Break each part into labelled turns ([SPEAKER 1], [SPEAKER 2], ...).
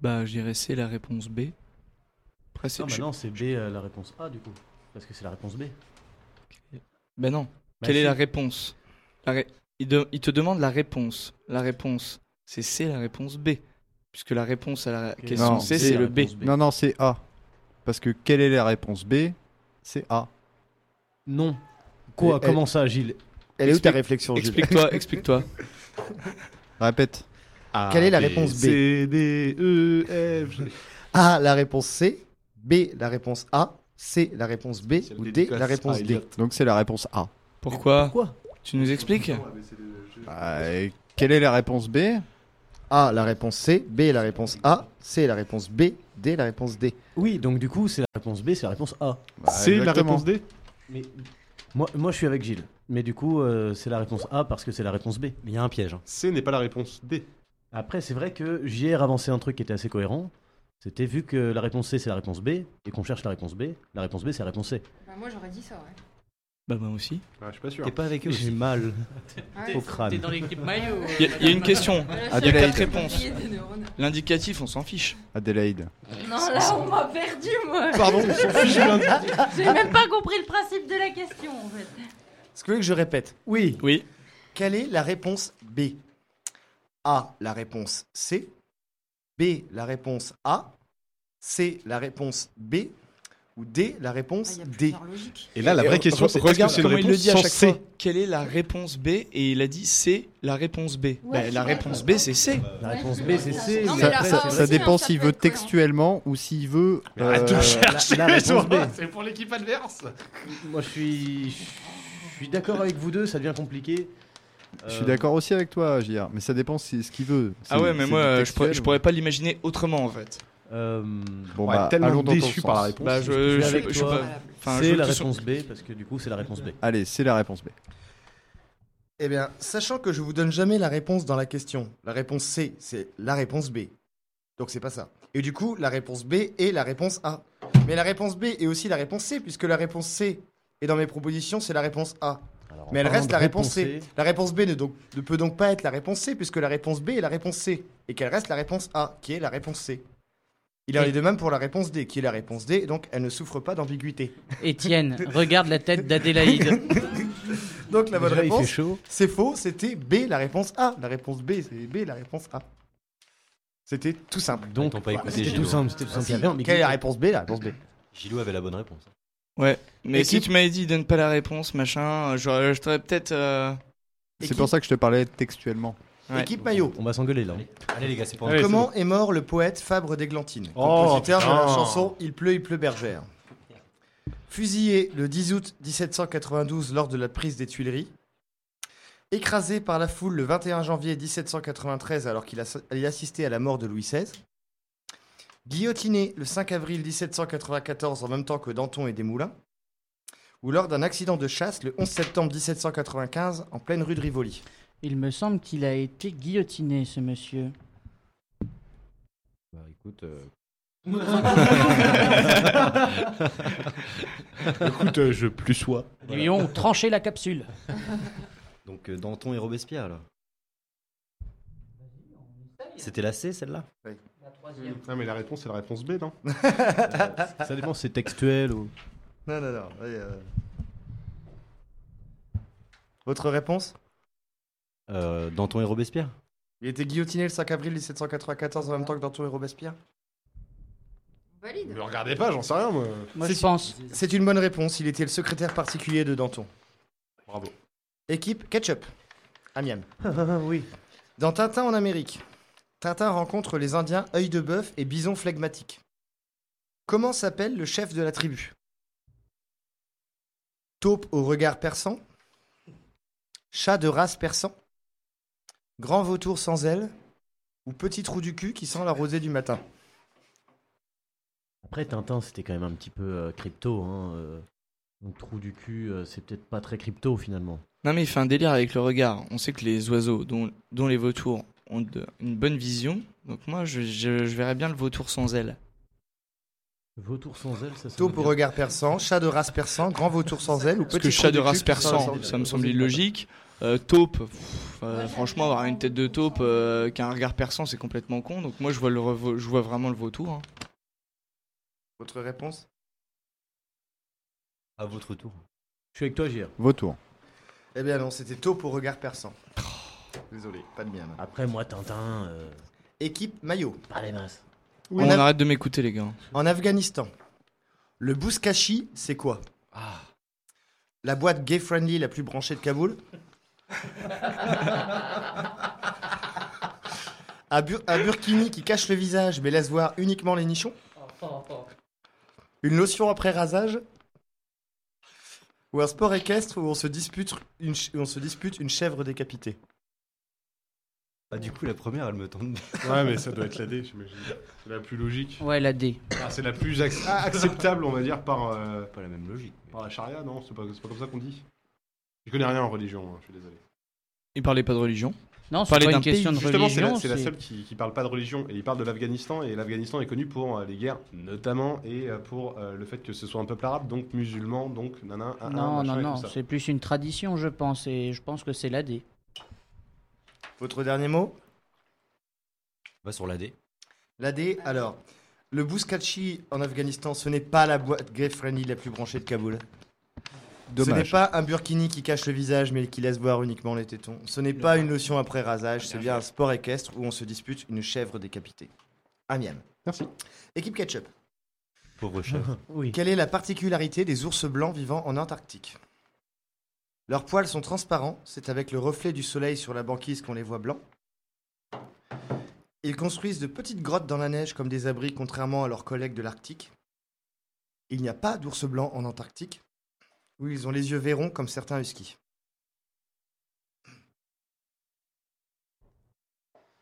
[SPEAKER 1] Bah, je dirais c'est la réponse B. Après, c'est.
[SPEAKER 2] Non, bah
[SPEAKER 1] je-
[SPEAKER 2] non, c'est B, euh, la réponse A, du coup. Parce que c'est la réponse B.
[SPEAKER 1] Bah non.
[SPEAKER 2] Bah
[SPEAKER 1] Quelle est
[SPEAKER 2] si.
[SPEAKER 1] la réponse La ré- il, de- il te demande la réponse. La réponse, c'est C, la réponse B. Puisque la réponse à la question
[SPEAKER 3] Non,
[SPEAKER 1] C,
[SPEAKER 3] c'est
[SPEAKER 1] c'est
[SPEAKER 2] la
[SPEAKER 1] le B.
[SPEAKER 2] réponse
[SPEAKER 3] Non, non, c'est A. Parce que quelle est la réponse B C'est A.
[SPEAKER 2] Non. Quoi
[SPEAKER 4] Et-
[SPEAKER 2] Comment ça, Gilles
[SPEAKER 4] Elle est où ta
[SPEAKER 1] Explique-
[SPEAKER 4] réflexion, Jules
[SPEAKER 1] Explique-toi, explique-toi.
[SPEAKER 3] Répète.
[SPEAKER 5] A,
[SPEAKER 4] Quelle est la
[SPEAKER 5] Ah, B,
[SPEAKER 4] réponse B
[SPEAKER 5] C, D, E, F. G.
[SPEAKER 4] A, la réponse C. B, la réponse A. C, la réponse B.
[SPEAKER 5] C'est Ah,
[SPEAKER 4] Ou D,
[SPEAKER 5] dédicace
[SPEAKER 4] la
[SPEAKER 5] à
[SPEAKER 4] réponse D.
[SPEAKER 5] Elliot.
[SPEAKER 3] Donc c'est la réponse A.
[SPEAKER 1] Pourquoi
[SPEAKER 2] Quoi
[SPEAKER 1] Tu nous expliques
[SPEAKER 3] Bah, et quelle est la réponse B
[SPEAKER 4] A, la réponse C. B, la réponse A. C, la réponse B. D, la réponse D.
[SPEAKER 2] Oui, donc du coup, c'est la réponse B, c'est la réponse A.
[SPEAKER 3] Bah,
[SPEAKER 5] C'est la
[SPEAKER 3] exactement.
[SPEAKER 5] réponse D
[SPEAKER 2] Mais moi, moi, je suis avec Gilles. Mais du coup, euh, c'est la réponse A parce que c'est la réponse B. Mais il y a un piège. hein.
[SPEAKER 5] C n'est pas la réponse D.
[SPEAKER 2] Après, c'est vrai que JR avançait un truc qui était assez cohérent. C'était vu que la réponse C, c'est la réponse B, et qu'on cherche la réponse B, la réponse B, c'est la réponse C.
[SPEAKER 6] Bah, moi j'aurais dit ça, ouais.
[SPEAKER 1] Bah, moi aussi.
[SPEAKER 5] Ah, je suis pas sûr.
[SPEAKER 2] T'es pas avec eux J'ai mal
[SPEAKER 6] Ah ouais,
[SPEAKER 2] au
[SPEAKER 6] c'est-
[SPEAKER 2] crâne.
[SPEAKER 7] T'es dans l'équipe maillot.
[SPEAKER 1] Il y, a- il y a une question.
[SPEAKER 6] Voilà,
[SPEAKER 3] Ah,
[SPEAKER 6] je suis
[SPEAKER 3] Adélaïde.
[SPEAKER 6] en train de
[SPEAKER 1] Réponse.
[SPEAKER 6] griller des neurones.
[SPEAKER 1] L'indicatif, on s'en fiche.
[SPEAKER 3] Adélaïde.
[SPEAKER 6] Non, là on m'a perdu, moi.
[SPEAKER 4] Pardon, on s'en fiche.
[SPEAKER 6] J'ai même pas compris le principe de la question, en fait.
[SPEAKER 4] Est-ce que vous voulez que je répète Oui.
[SPEAKER 1] Oui.
[SPEAKER 4] Quelle est la réponse B A, la réponse C. B, la réponse A. C, la réponse B. Ou D, la
[SPEAKER 6] Ah,
[SPEAKER 4] réponse
[SPEAKER 6] y a
[SPEAKER 4] D.
[SPEAKER 6] plusieurs logiques.
[SPEAKER 5] Et là, la
[SPEAKER 4] Et
[SPEAKER 5] vraie
[SPEAKER 4] re-
[SPEAKER 5] question, c'est est-ce que
[SPEAKER 1] euh, Regarde
[SPEAKER 5] c'est une
[SPEAKER 1] comment il le
[SPEAKER 5] réponse
[SPEAKER 1] dit à
[SPEAKER 5] sans
[SPEAKER 1] chaque
[SPEAKER 5] C
[SPEAKER 1] fois. Quelle est la réponse B Et il a dit c'est la réponse B.
[SPEAKER 6] Ouais,
[SPEAKER 1] Bah, la
[SPEAKER 6] c'est
[SPEAKER 1] réponse
[SPEAKER 6] vrai.
[SPEAKER 1] B, c'est C.
[SPEAKER 2] La réponse B, c'est C.
[SPEAKER 6] Non, mais
[SPEAKER 3] ça
[SPEAKER 6] la-
[SPEAKER 3] ça-
[SPEAKER 6] A
[SPEAKER 3] ça
[SPEAKER 6] aussi, hein,
[SPEAKER 3] dépend
[SPEAKER 6] ça
[SPEAKER 3] s'il
[SPEAKER 6] peut
[SPEAKER 3] veut
[SPEAKER 6] être cohérent.
[SPEAKER 3] textuellement ou s'il veut.
[SPEAKER 5] Mais arrête de
[SPEAKER 3] euh,
[SPEAKER 5] chercher,
[SPEAKER 2] la réponse
[SPEAKER 5] toi,
[SPEAKER 2] B.
[SPEAKER 5] C'est pour l'équipe adverse
[SPEAKER 2] Moi, je suis, je suis d'accord avec vous deux, ça devient compliqué.
[SPEAKER 3] Je suis d'accord aussi avec toi, JR, mais ça dépend si- ce qu'il veut.
[SPEAKER 1] Ah
[SPEAKER 3] C'est-
[SPEAKER 1] ouais, mais
[SPEAKER 3] c'est
[SPEAKER 1] moi,
[SPEAKER 3] du
[SPEAKER 1] euh, je,
[SPEAKER 3] textuel
[SPEAKER 1] pourrais, je
[SPEAKER 3] ou-
[SPEAKER 1] pourrais pas l'imaginer autrement en fait.
[SPEAKER 3] Bon,
[SPEAKER 5] On est
[SPEAKER 3] bah, allons
[SPEAKER 5] tellement
[SPEAKER 3] dans ton
[SPEAKER 5] déçu
[SPEAKER 3] sens.
[SPEAKER 5] par la réponse.
[SPEAKER 1] Bah, je,
[SPEAKER 2] Euh, je suis
[SPEAKER 1] je-
[SPEAKER 2] avec
[SPEAKER 1] je-
[SPEAKER 2] toi.
[SPEAKER 1] pas- enfin, je
[SPEAKER 2] c'est
[SPEAKER 1] veux
[SPEAKER 2] la
[SPEAKER 1] que ce
[SPEAKER 2] réponse B, parce que du coup, c'est la réponse B.
[SPEAKER 3] Allez, c'est la réponse B.
[SPEAKER 4] Eh bien, sachant que je vous donne jamais la réponse dans la question, la réponse C, c'est la réponse B. Donc c'est pas ça. Et du coup, la réponse B est la réponse A. Mais la réponse B est aussi la réponse C, puisque la réponse C est dans mes propositions, c'est la réponse A.
[SPEAKER 2] Alors, en
[SPEAKER 4] Mais elle
[SPEAKER 2] parlant
[SPEAKER 4] reste
[SPEAKER 2] de
[SPEAKER 4] la réponse C. La réponse B ne, donc, ne peut donc pas être la réponse C, puisque la réponse B est la réponse C. Et qu'elle reste la réponse A, qui est la réponse C. Il en est de même pour la réponse D, qui est la réponse D, donc elle ne souffre pas d'ambiguïté.
[SPEAKER 7] Étienne, regarde la tête d'Adélaïde.
[SPEAKER 4] Donc la bonne
[SPEAKER 2] Déjà, il fait
[SPEAKER 4] réponse,
[SPEAKER 2] chaud.
[SPEAKER 4] C'est faux, c'était B la réponse A. La réponse B, c'est B la réponse A. C'était tout simple.
[SPEAKER 2] Donc,
[SPEAKER 8] T'as pas écouté
[SPEAKER 2] c'était
[SPEAKER 8] Gilles,
[SPEAKER 2] tout
[SPEAKER 8] ouais.
[SPEAKER 2] simple. C'était tout simple. Il
[SPEAKER 4] Si,
[SPEAKER 2] y avait
[SPEAKER 4] quelle est
[SPEAKER 2] ambiguïté.
[SPEAKER 4] la réponse B La réponse B.
[SPEAKER 8] Gilou avait la bonne réponse.
[SPEAKER 1] Ouais, mais si
[SPEAKER 4] Équipe.
[SPEAKER 1] tu m'avais dit donne pas la réponse, machin, j'aurais- je t'aurais peut-être. euh,
[SPEAKER 3] C'est
[SPEAKER 4] Équipe-
[SPEAKER 3] pour ça que je te parlais textuellement.
[SPEAKER 1] Ouais.
[SPEAKER 4] Équipe maillot.
[SPEAKER 2] On va s'engueuler là.
[SPEAKER 8] Allez les gars, c'est pour
[SPEAKER 5] Ouais,
[SPEAKER 4] Comment est mort le poète Fabre d'Églantine,
[SPEAKER 5] Oh,
[SPEAKER 4] compositeur de la
[SPEAKER 5] putain.
[SPEAKER 4] chanson Il pleut, il pleut bergère Fusillé le 10 août 1792 lors de la prise des Tuileries. Écrasé par la foule le 21 janvier 1793 alors qu'il ass- il assistait à la mort de Louis XVI. Guillotiné le 5 avril 1794 en même temps que Danton et Desmoulins. Ou lors d'un accident de chasse le 11 septembre 1795 en pleine rue de Rivoli.
[SPEAKER 7] Il me semble qu'il a été guillotiné, ce monsieur.
[SPEAKER 8] Bah écoute,
[SPEAKER 5] Écoute, euh, je plus sois.
[SPEAKER 7] Ils Lui ont tranché la capsule.
[SPEAKER 8] donc euh, Danton et Robespierre là. C'était la C celle-là
[SPEAKER 5] Non, mais la réponse, c'est la réponse B, non
[SPEAKER 2] Ça dépend si c'est textuel ou.
[SPEAKER 4] Non, non, non. allez, euh. Votre réponse
[SPEAKER 8] euh, Danton et Robespierre
[SPEAKER 4] Il était guillotiné le 5 avril 1794 en même temps que Danton et Robespierre
[SPEAKER 5] Ne
[SPEAKER 6] Valide.
[SPEAKER 5] le regardez pas, j'en sais rien, moi.
[SPEAKER 7] Moi,
[SPEAKER 4] C'est-
[SPEAKER 7] je pense.
[SPEAKER 4] C'est une bonne réponse, il était le secrétaire particulier de Danton.
[SPEAKER 5] Bravo.
[SPEAKER 4] Équipe Ketchup, Amiens.
[SPEAKER 2] Ah, oui.
[SPEAKER 4] Dans Tintin en Amérique, Tintin rencontre les Indiens œil de bœuf et bison flegmatique. Comment s'appelle le chef de la tribu Taupe au regard perçant Chat de race perçant Grand vautour sans ailes Ou petit trou du cul qui sent la rosée du matin
[SPEAKER 2] Après, Tintin, c'était quand même un petit peu euh, crypto. Hein, euh, donc, trou du cul, euh, c'est peut-être pas très crypto finalement.
[SPEAKER 1] Non, mais il fait un délire avec le regard. On sait que les oiseaux, dont, dont les vautours, ont de- une bonne vision. Donc moi, je, je- je verrais bien le vautour sans ailes.
[SPEAKER 2] Vautour sans ailes, ça ça
[SPEAKER 4] Taupe
[SPEAKER 2] me
[SPEAKER 4] au
[SPEAKER 2] vient.
[SPEAKER 4] regard perçant, chat de race perçant, grand vautour sans aile ou petit
[SPEAKER 1] Parce que chat de
[SPEAKER 4] trou
[SPEAKER 1] race
[SPEAKER 4] cul qui sort la
[SPEAKER 1] persan,
[SPEAKER 4] sortie.
[SPEAKER 1] ça me semble illogique. Euh, taupe, pff, euh, franchement, avoir une tête de taupe euh, qui a un regard persan, c'est complètement con. Donc moi, je vois, le revo- je vois vraiment le vautour. hein.
[SPEAKER 4] Votre réponse
[SPEAKER 8] À votre tour.
[SPEAKER 2] Je suis avec toi, JR.
[SPEAKER 3] Vautour.
[SPEAKER 4] Eh bien non, c'était taupe au regard perçant. Désolé, pas de bien.
[SPEAKER 2] Après, moi, Tintin, euh,
[SPEAKER 4] Équipe maillot.
[SPEAKER 2] par les masses.
[SPEAKER 4] Oui,
[SPEAKER 1] on
[SPEAKER 4] on a-
[SPEAKER 1] arrête de m'écouter, les gars.
[SPEAKER 4] En Afghanistan, le bouskashi, c'est quoi Ah. La boîte gay-friendly la plus branchée de Kaboul un, bur- un burkini qui cache le visage mais laisse voir uniquement les nichons Une lotion après rasage Ou un sport équestre où on se dispute une, ch- où on se dispute une chèvre décapitée
[SPEAKER 8] Ah, du coup, la première, elle me tente bien.
[SPEAKER 5] Ouais, mais ça doit être la D, j'imagine. C'est la plus logique.
[SPEAKER 7] Ouais, la D.
[SPEAKER 5] Ah, c'est la plus ac- ah, acceptable, on va dire, par, euh,
[SPEAKER 8] Pas la même logique. mais-
[SPEAKER 5] par la charia, non C'est pas, c'est pas comme ça qu'on dit. Je connais rien en religion, hein, je suis désolé.
[SPEAKER 1] Il parlait pas de religion.
[SPEAKER 7] Non, c'est
[SPEAKER 1] Parler
[SPEAKER 7] pas une
[SPEAKER 1] d'un pays,
[SPEAKER 7] question de
[SPEAKER 5] Justement, c'est la,
[SPEAKER 7] religion.
[SPEAKER 5] c'est la seule qui, qui parle pas de religion. Et il parle de l'Afghanistan. Et l'Afghanistan est connu pour euh, les guerres, notamment, et euh, pour euh, le fait que ce soit un peuple arabe, donc musulman, donc nanan, un, un,
[SPEAKER 7] Non,
[SPEAKER 5] Ah, machin
[SPEAKER 7] non,
[SPEAKER 5] et
[SPEAKER 7] non,
[SPEAKER 5] tout ça.
[SPEAKER 7] c'est plus une tradition, je pense, et je pense que c'est la D.
[SPEAKER 4] Votre dernier mot
[SPEAKER 8] Va Bah, sur la D.
[SPEAKER 4] La D, alors. Le bouskashi en Afghanistan, ce n'est pas la boîte gay-friendly la plus branchée de Kaboul. Ce n'est
[SPEAKER 3] Dommage.
[SPEAKER 4] pas un burkini qui cache le visage mais qui laisse voir uniquement les tétons. Ce n'est pas une notion après rasage, c'est bien un sport équestre où on se dispute une chèvre décapitée. Amiens.
[SPEAKER 5] Merci.
[SPEAKER 4] Équipe Ketchup.
[SPEAKER 8] Pauvre chef.
[SPEAKER 1] Ah.
[SPEAKER 2] Oui.
[SPEAKER 4] Quelle est la particularité des ours blancs vivant en Antarctique Leurs poils sont transparents, c'est avec le reflet du soleil sur la banquise qu'on les voit blancs. Ils construisent de petites grottes dans la neige comme des abris, contrairement à leurs collègues de l'Arctique. Il n'y a pas d'ours blancs en Antarctique, où ils ont les yeux verrons comme certains huskies.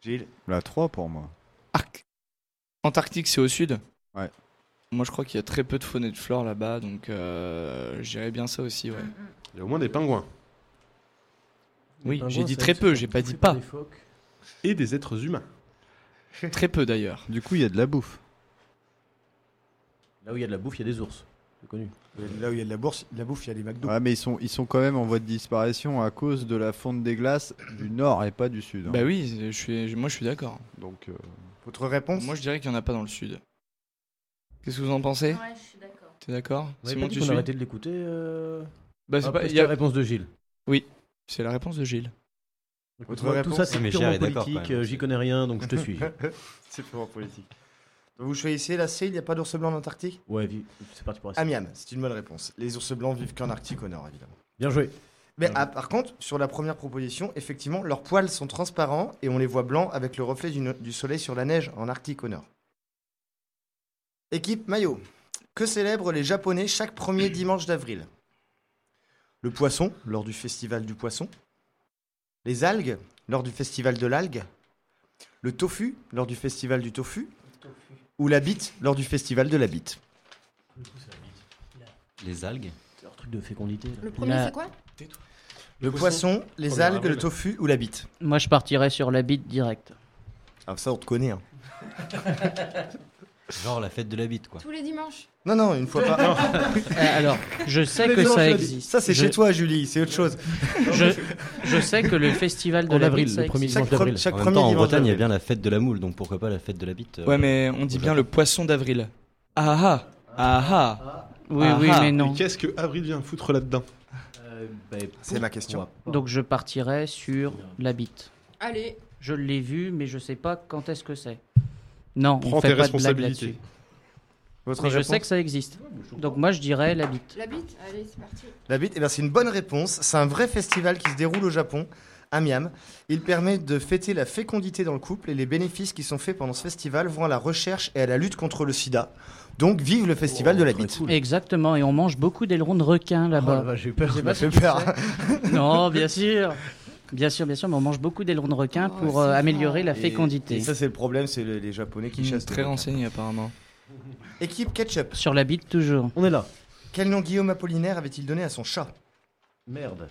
[SPEAKER 4] Gilles
[SPEAKER 3] La 3 pour moi.
[SPEAKER 1] Arc. Antarctique, c'est au sud
[SPEAKER 3] Ouais.
[SPEAKER 1] Moi, je crois qu'il y a très peu de faune et de flore là-bas, donc euh, je dirais bien ça aussi,
[SPEAKER 2] Mm,
[SPEAKER 1] ouais.
[SPEAKER 5] Il y a au moins des pingouins.
[SPEAKER 1] Oui, j'ai dit très peu, j'ai pas dit pas.
[SPEAKER 5] Et des êtres humains.
[SPEAKER 1] Très peu d'ailleurs.
[SPEAKER 3] Du coup, il y a de la bouffe.
[SPEAKER 2] Là où il y a de la bouffe, il y a des ours. C'est connu.
[SPEAKER 4] Là où il y a de la, bourse, de la bouffe, il y a les McDo.
[SPEAKER 3] Ouais, mais ils sont, ils sont quand même en voie de disparition à cause de la fonte des glaces du nord et pas du sud. hein.
[SPEAKER 1] Bah oui, je suis, moi je suis d'accord.
[SPEAKER 3] Donc, euh,
[SPEAKER 4] Votre réponse
[SPEAKER 1] Moi je dirais qu'il n'y en a pas dans le sud. Qu'est-ce que vous en pensez
[SPEAKER 6] Ouais, je suis d'accord.
[SPEAKER 1] T'es d'accord
[SPEAKER 2] On avait
[SPEAKER 1] Simon,
[SPEAKER 2] pas dit
[SPEAKER 1] tu
[SPEAKER 2] qu'on
[SPEAKER 1] suis
[SPEAKER 2] arrêtait de l'écouter. euh,
[SPEAKER 1] Bah, c'est
[SPEAKER 2] après,
[SPEAKER 1] pas-
[SPEAKER 2] c'était
[SPEAKER 1] y a-
[SPEAKER 2] la réponse de Gilles.
[SPEAKER 1] C'est la réponse de Gilles.
[SPEAKER 4] Votre
[SPEAKER 2] Moi, tout
[SPEAKER 4] réponse
[SPEAKER 2] ça, c'est
[SPEAKER 8] Mais
[SPEAKER 2] purement
[SPEAKER 8] JR est d'accord, quand
[SPEAKER 2] politique.
[SPEAKER 8] même.
[SPEAKER 2] euh, J'y connais rien, donc je te suis.
[SPEAKER 4] C'est pour politique. Vous choisissez la C, il n'y a pas d'ours blanc en Antarctique
[SPEAKER 2] ouais, vi- c'est parti pour la suite.
[SPEAKER 4] Amiam, c'est une bonne réponse. Les ours blancs vivent qu'en Arctique au nord, évidemment.
[SPEAKER 2] Bien joué.
[SPEAKER 4] Mais
[SPEAKER 2] Ouais.
[SPEAKER 4] ah, par contre, sur la première proposition, effectivement, leurs poils sont transparents et on les voit blancs avec le reflet du, no- du soleil sur la neige en Arctique au nord. Équipe Mayo. Que célèbrent les Japonais chaque premier dimanche d'avril Le poisson, lors du festival du poisson. Les algues, lors du festival de l'algue. Le tofu, lors du festival du tofu. Ou la bite, lors du festival de la bite.
[SPEAKER 8] Les algues.
[SPEAKER 2] C'est leur truc de fécondité. là.
[SPEAKER 6] Le premier,
[SPEAKER 7] La-
[SPEAKER 6] c'est quoi
[SPEAKER 4] Le poisson, Oh, les
[SPEAKER 5] Premier
[SPEAKER 4] algues,
[SPEAKER 5] avril.
[SPEAKER 4] le tofu ou la bite
[SPEAKER 7] Moi, je partirais sur la bite direct.
[SPEAKER 4] Ah, ça, on te connaît. hein.
[SPEAKER 8] Genre la fête de la bite, quoi.
[SPEAKER 6] Tous les dimanches.
[SPEAKER 4] Non, non, une fois par an.
[SPEAKER 7] Euh, Alors, je sais que ça existe.
[SPEAKER 4] Ça, c'est
[SPEAKER 7] Je-
[SPEAKER 4] chez toi, Julie, c'est autre chose.
[SPEAKER 7] Je, je sais que le festival de
[SPEAKER 2] En
[SPEAKER 7] la
[SPEAKER 2] avril,
[SPEAKER 7] bite, ça
[SPEAKER 2] le premier
[SPEAKER 7] existe.
[SPEAKER 4] Chaque,
[SPEAKER 2] Dimanche
[SPEAKER 4] pre-
[SPEAKER 2] d'avril.
[SPEAKER 4] chaque
[SPEAKER 8] En même
[SPEAKER 4] premier
[SPEAKER 8] temps, en
[SPEAKER 4] dimanche
[SPEAKER 8] Bretagne, il y a
[SPEAKER 4] d'avril.
[SPEAKER 8] bien la fête de la moule, donc pourquoi pas la fête de la bite euh,
[SPEAKER 1] Ouais, mais on dit
[SPEAKER 8] au
[SPEAKER 1] bien le poisson d'avril. Ah ah Ah ah
[SPEAKER 7] Oui, oui,
[SPEAKER 1] Ah,
[SPEAKER 5] Mais
[SPEAKER 7] mais non.
[SPEAKER 5] qu'est-ce que Avril vient foutre là-dedans
[SPEAKER 8] Bah,
[SPEAKER 4] C'est ma question.
[SPEAKER 7] Donc, je partirais sur la bite.
[SPEAKER 6] Allez.
[SPEAKER 7] Je l'ai vu, mais je sais pas quand est-ce que c'est. Non,
[SPEAKER 5] Prends
[SPEAKER 7] on
[SPEAKER 5] tes
[SPEAKER 7] fait pas de blague
[SPEAKER 5] responsabilités.
[SPEAKER 7] là-dessus.
[SPEAKER 4] Votre
[SPEAKER 7] Mais je
[SPEAKER 4] réponse
[SPEAKER 7] sais que ça existe. Donc, moi, je dirais la bite.
[SPEAKER 6] La bite Allez, c'est parti.
[SPEAKER 4] La bite, eh bien, c'est une bonne réponse. C'est un vrai festival qui se déroule au Japon, à Miam. Il permet de fêter la fécondité dans le couple et les bénéfices qui sont faits pendant ce festival vont à la recherche et à la lutte contre le sida. Donc, vive le festival de la bite.
[SPEAKER 7] Exactement, et on mange beaucoup d'ailerons de requin
[SPEAKER 2] Oh la
[SPEAKER 7] là-bas.
[SPEAKER 2] vache, j'ai eu peur.
[SPEAKER 4] Ça m'a fait peur.
[SPEAKER 7] non, bien sûr. Bien sûr, bien sûr, mais on mange beaucoup d'ailerons de requin
[SPEAKER 6] Oh,
[SPEAKER 7] pour
[SPEAKER 6] c'est
[SPEAKER 7] euh,
[SPEAKER 6] bon.
[SPEAKER 7] améliorer la
[SPEAKER 4] Et-
[SPEAKER 7] fécondité.
[SPEAKER 4] Et ça, c'est le problème, c'est le- les Japonais qui
[SPEAKER 1] Mmh,
[SPEAKER 4] chassent.
[SPEAKER 1] Très
[SPEAKER 4] les requins.
[SPEAKER 1] renseigné apparemment.
[SPEAKER 4] Équipe Ketchup.
[SPEAKER 7] Sur la bite, toujours.
[SPEAKER 2] On est là.
[SPEAKER 4] Quel nom Guillaume Apollinaire avait-il donné à son chat
[SPEAKER 2] Merde.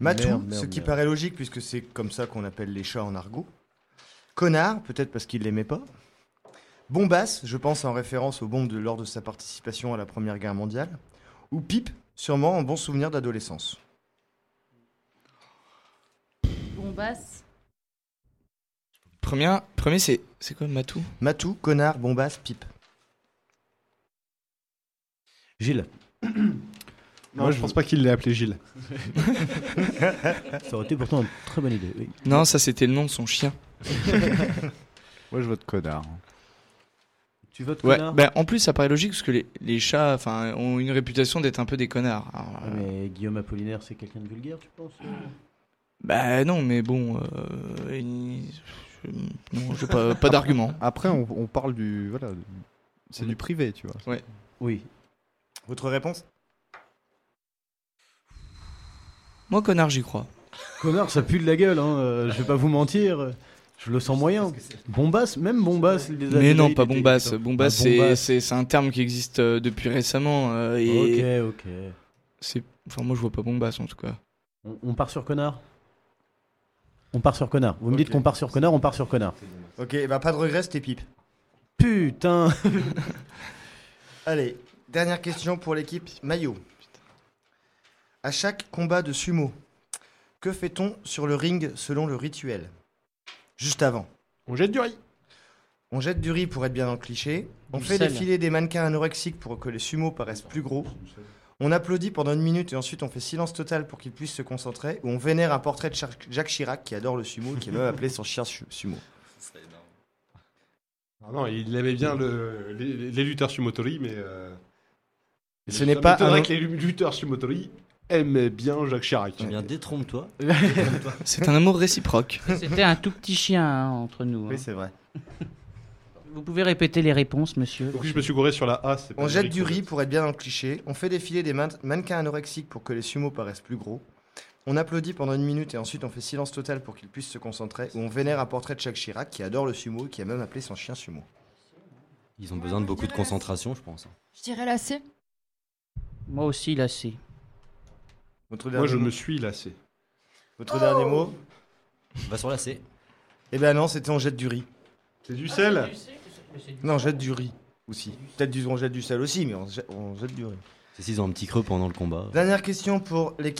[SPEAKER 4] Matou,
[SPEAKER 2] Merde, merde,
[SPEAKER 4] ce qui
[SPEAKER 2] merde.
[SPEAKER 4] paraît logique puisque c'est comme ça qu'on appelle les chats en argot. Connard, peut-être parce qu'il l'aimait pas. Bombasse, je pense en référence aux bombes de, lors de sa participation à la Première Guerre mondiale. Ou Pipe, sûrement un bon souvenir d'adolescence.
[SPEAKER 6] Bombasse.
[SPEAKER 1] Premier, premier c'est c'est quoi Matou
[SPEAKER 4] Matou, connard, bombasse, Pipe.
[SPEAKER 2] Gilles,
[SPEAKER 5] Moi, je pense pas qu'il l'ait appelé Gilles.
[SPEAKER 2] ça aurait été pourtant une très bonne idée. oui.
[SPEAKER 1] Non, ça c'était le nom de son chien.
[SPEAKER 3] Moi, je vote connard.
[SPEAKER 2] Tu votes
[SPEAKER 1] Ouais.
[SPEAKER 2] connard
[SPEAKER 1] Bah, en plus, ça paraît logique parce que les, les chats, enfin, ont une réputation d'être un peu des connards. Alors,
[SPEAKER 2] Ah,
[SPEAKER 1] euh,
[SPEAKER 2] Mais Guillaume Apollinaire, c'est quelqu'un de vulgaire, tu penses
[SPEAKER 1] Bah non, mais bon, euh, il- je- non, j'ai pas, pas d'argument.
[SPEAKER 3] Après, on, on parle du. Voilà. du- C'est du privé, tu vois.
[SPEAKER 2] Oui.
[SPEAKER 4] Votre réponse
[SPEAKER 1] Moi, connard, j'y crois.
[SPEAKER 2] Connard, ça pue de la gueule, hein, euh, je vais pas vous mentir. Je le sens moyen. Bombasse, même Bombasse. il les a
[SPEAKER 1] Mais
[SPEAKER 2] déjà,
[SPEAKER 1] non,
[SPEAKER 2] il
[SPEAKER 1] pas
[SPEAKER 2] était-
[SPEAKER 1] bombasse.
[SPEAKER 2] Ah,
[SPEAKER 1] Bombasse, c'est- c'est c'est un terme qui existe euh, depuis récemment. euh, et
[SPEAKER 2] Ok, ok.
[SPEAKER 1] c'est, enfin, moi, je vois pas bombasse en tout cas.
[SPEAKER 2] On, on part sur connard On part sur connard. Vous me dites
[SPEAKER 5] Ok.
[SPEAKER 2] qu'on part sur connard, on part sur connard.
[SPEAKER 4] Ok, bah pas de regret, c'était Pipe.
[SPEAKER 2] Putain
[SPEAKER 4] Allez, dernière question pour l'équipe Maillot. À chaque combat de sumo, que fait-on sur le ring selon le rituel Juste avant.
[SPEAKER 5] On jette du riz.
[SPEAKER 4] On jette du riz pour être bien dans le cliché. On
[SPEAKER 7] Du
[SPEAKER 4] fait
[SPEAKER 7] sel.
[SPEAKER 4] défiler des mannequins anorexiques pour que les sumo paraissent plus gros. On applaudit pendant une minute et ensuite on fait silence total pour qu'ils puissent se concentrer. Ou on vénère un portrait de Char- Jacques Chirac qui adore le sumo, qui est même appelé son chien su- sumo.
[SPEAKER 5] Ah non, il aimait bien le- les, les lutteurs Sumotori, mais. euh,
[SPEAKER 4] Ce n'est pas
[SPEAKER 5] m'étonnerait
[SPEAKER 4] un-
[SPEAKER 5] que les lutteurs Sumotori aiment bien Jacques Chirac.
[SPEAKER 8] Eh bien, détrompe-toi.
[SPEAKER 1] C'est un amour réciproque.
[SPEAKER 7] C'était un tout petit chien hein, entre nous. hein.
[SPEAKER 4] c'est vrai.
[SPEAKER 7] Vous pouvez répéter les réponses, monsieur.
[SPEAKER 5] Donc, je me suis gouré sur la A. c'est pas
[SPEAKER 4] On
[SPEAKER 5] le
[SPEAKER 4] jette du
[SPEAKER 5] qu'on
[SPEAKER 4] riz pour être bien dans le cliché. On fait défiler des man- mannequins anorexiques pour que les sumo paraissent plus gros. On applaudit pendant une minute et ensuite on fait silence total pour qu'ils puissent se concentrer. Ou on vénère un portrait de Jacques Chirac qui adore le sumo, qui a même appelé son chien sumo.
[SPEAKER 8] Ils ont besoin de beaucoup de concentration, je pense.
[SPEAKER 9] Je dirais la C.
[SPEAKER 7] Moi aussi, là, c'est.
[SPEAKER 4] Votre
[SPEAKER 5] Moi,
[SPEAKER 4] dernier,
[SPEAKER 5] je
[SPEAKER 4] mot,
[SPEAKER 5] me suis lassé.
[SPEAKER 4] votre dernier mot
[SPEAKER 8] Va sur la C.
[SPEAKER 4] Eh ben non, c'était on jette du riz.
[SPEAKER 5] Ah, C'est du sel
[SPEAKER 4] Non, on jette du riz aussi. Peut-être du, on jette du sel aussi, mais on jette, on jette du riz.
[SPEAKER 8] C'est s'ils ont un petit creux pendant le combat.
[SPEAKER 4] Dernière question pour l'équipe.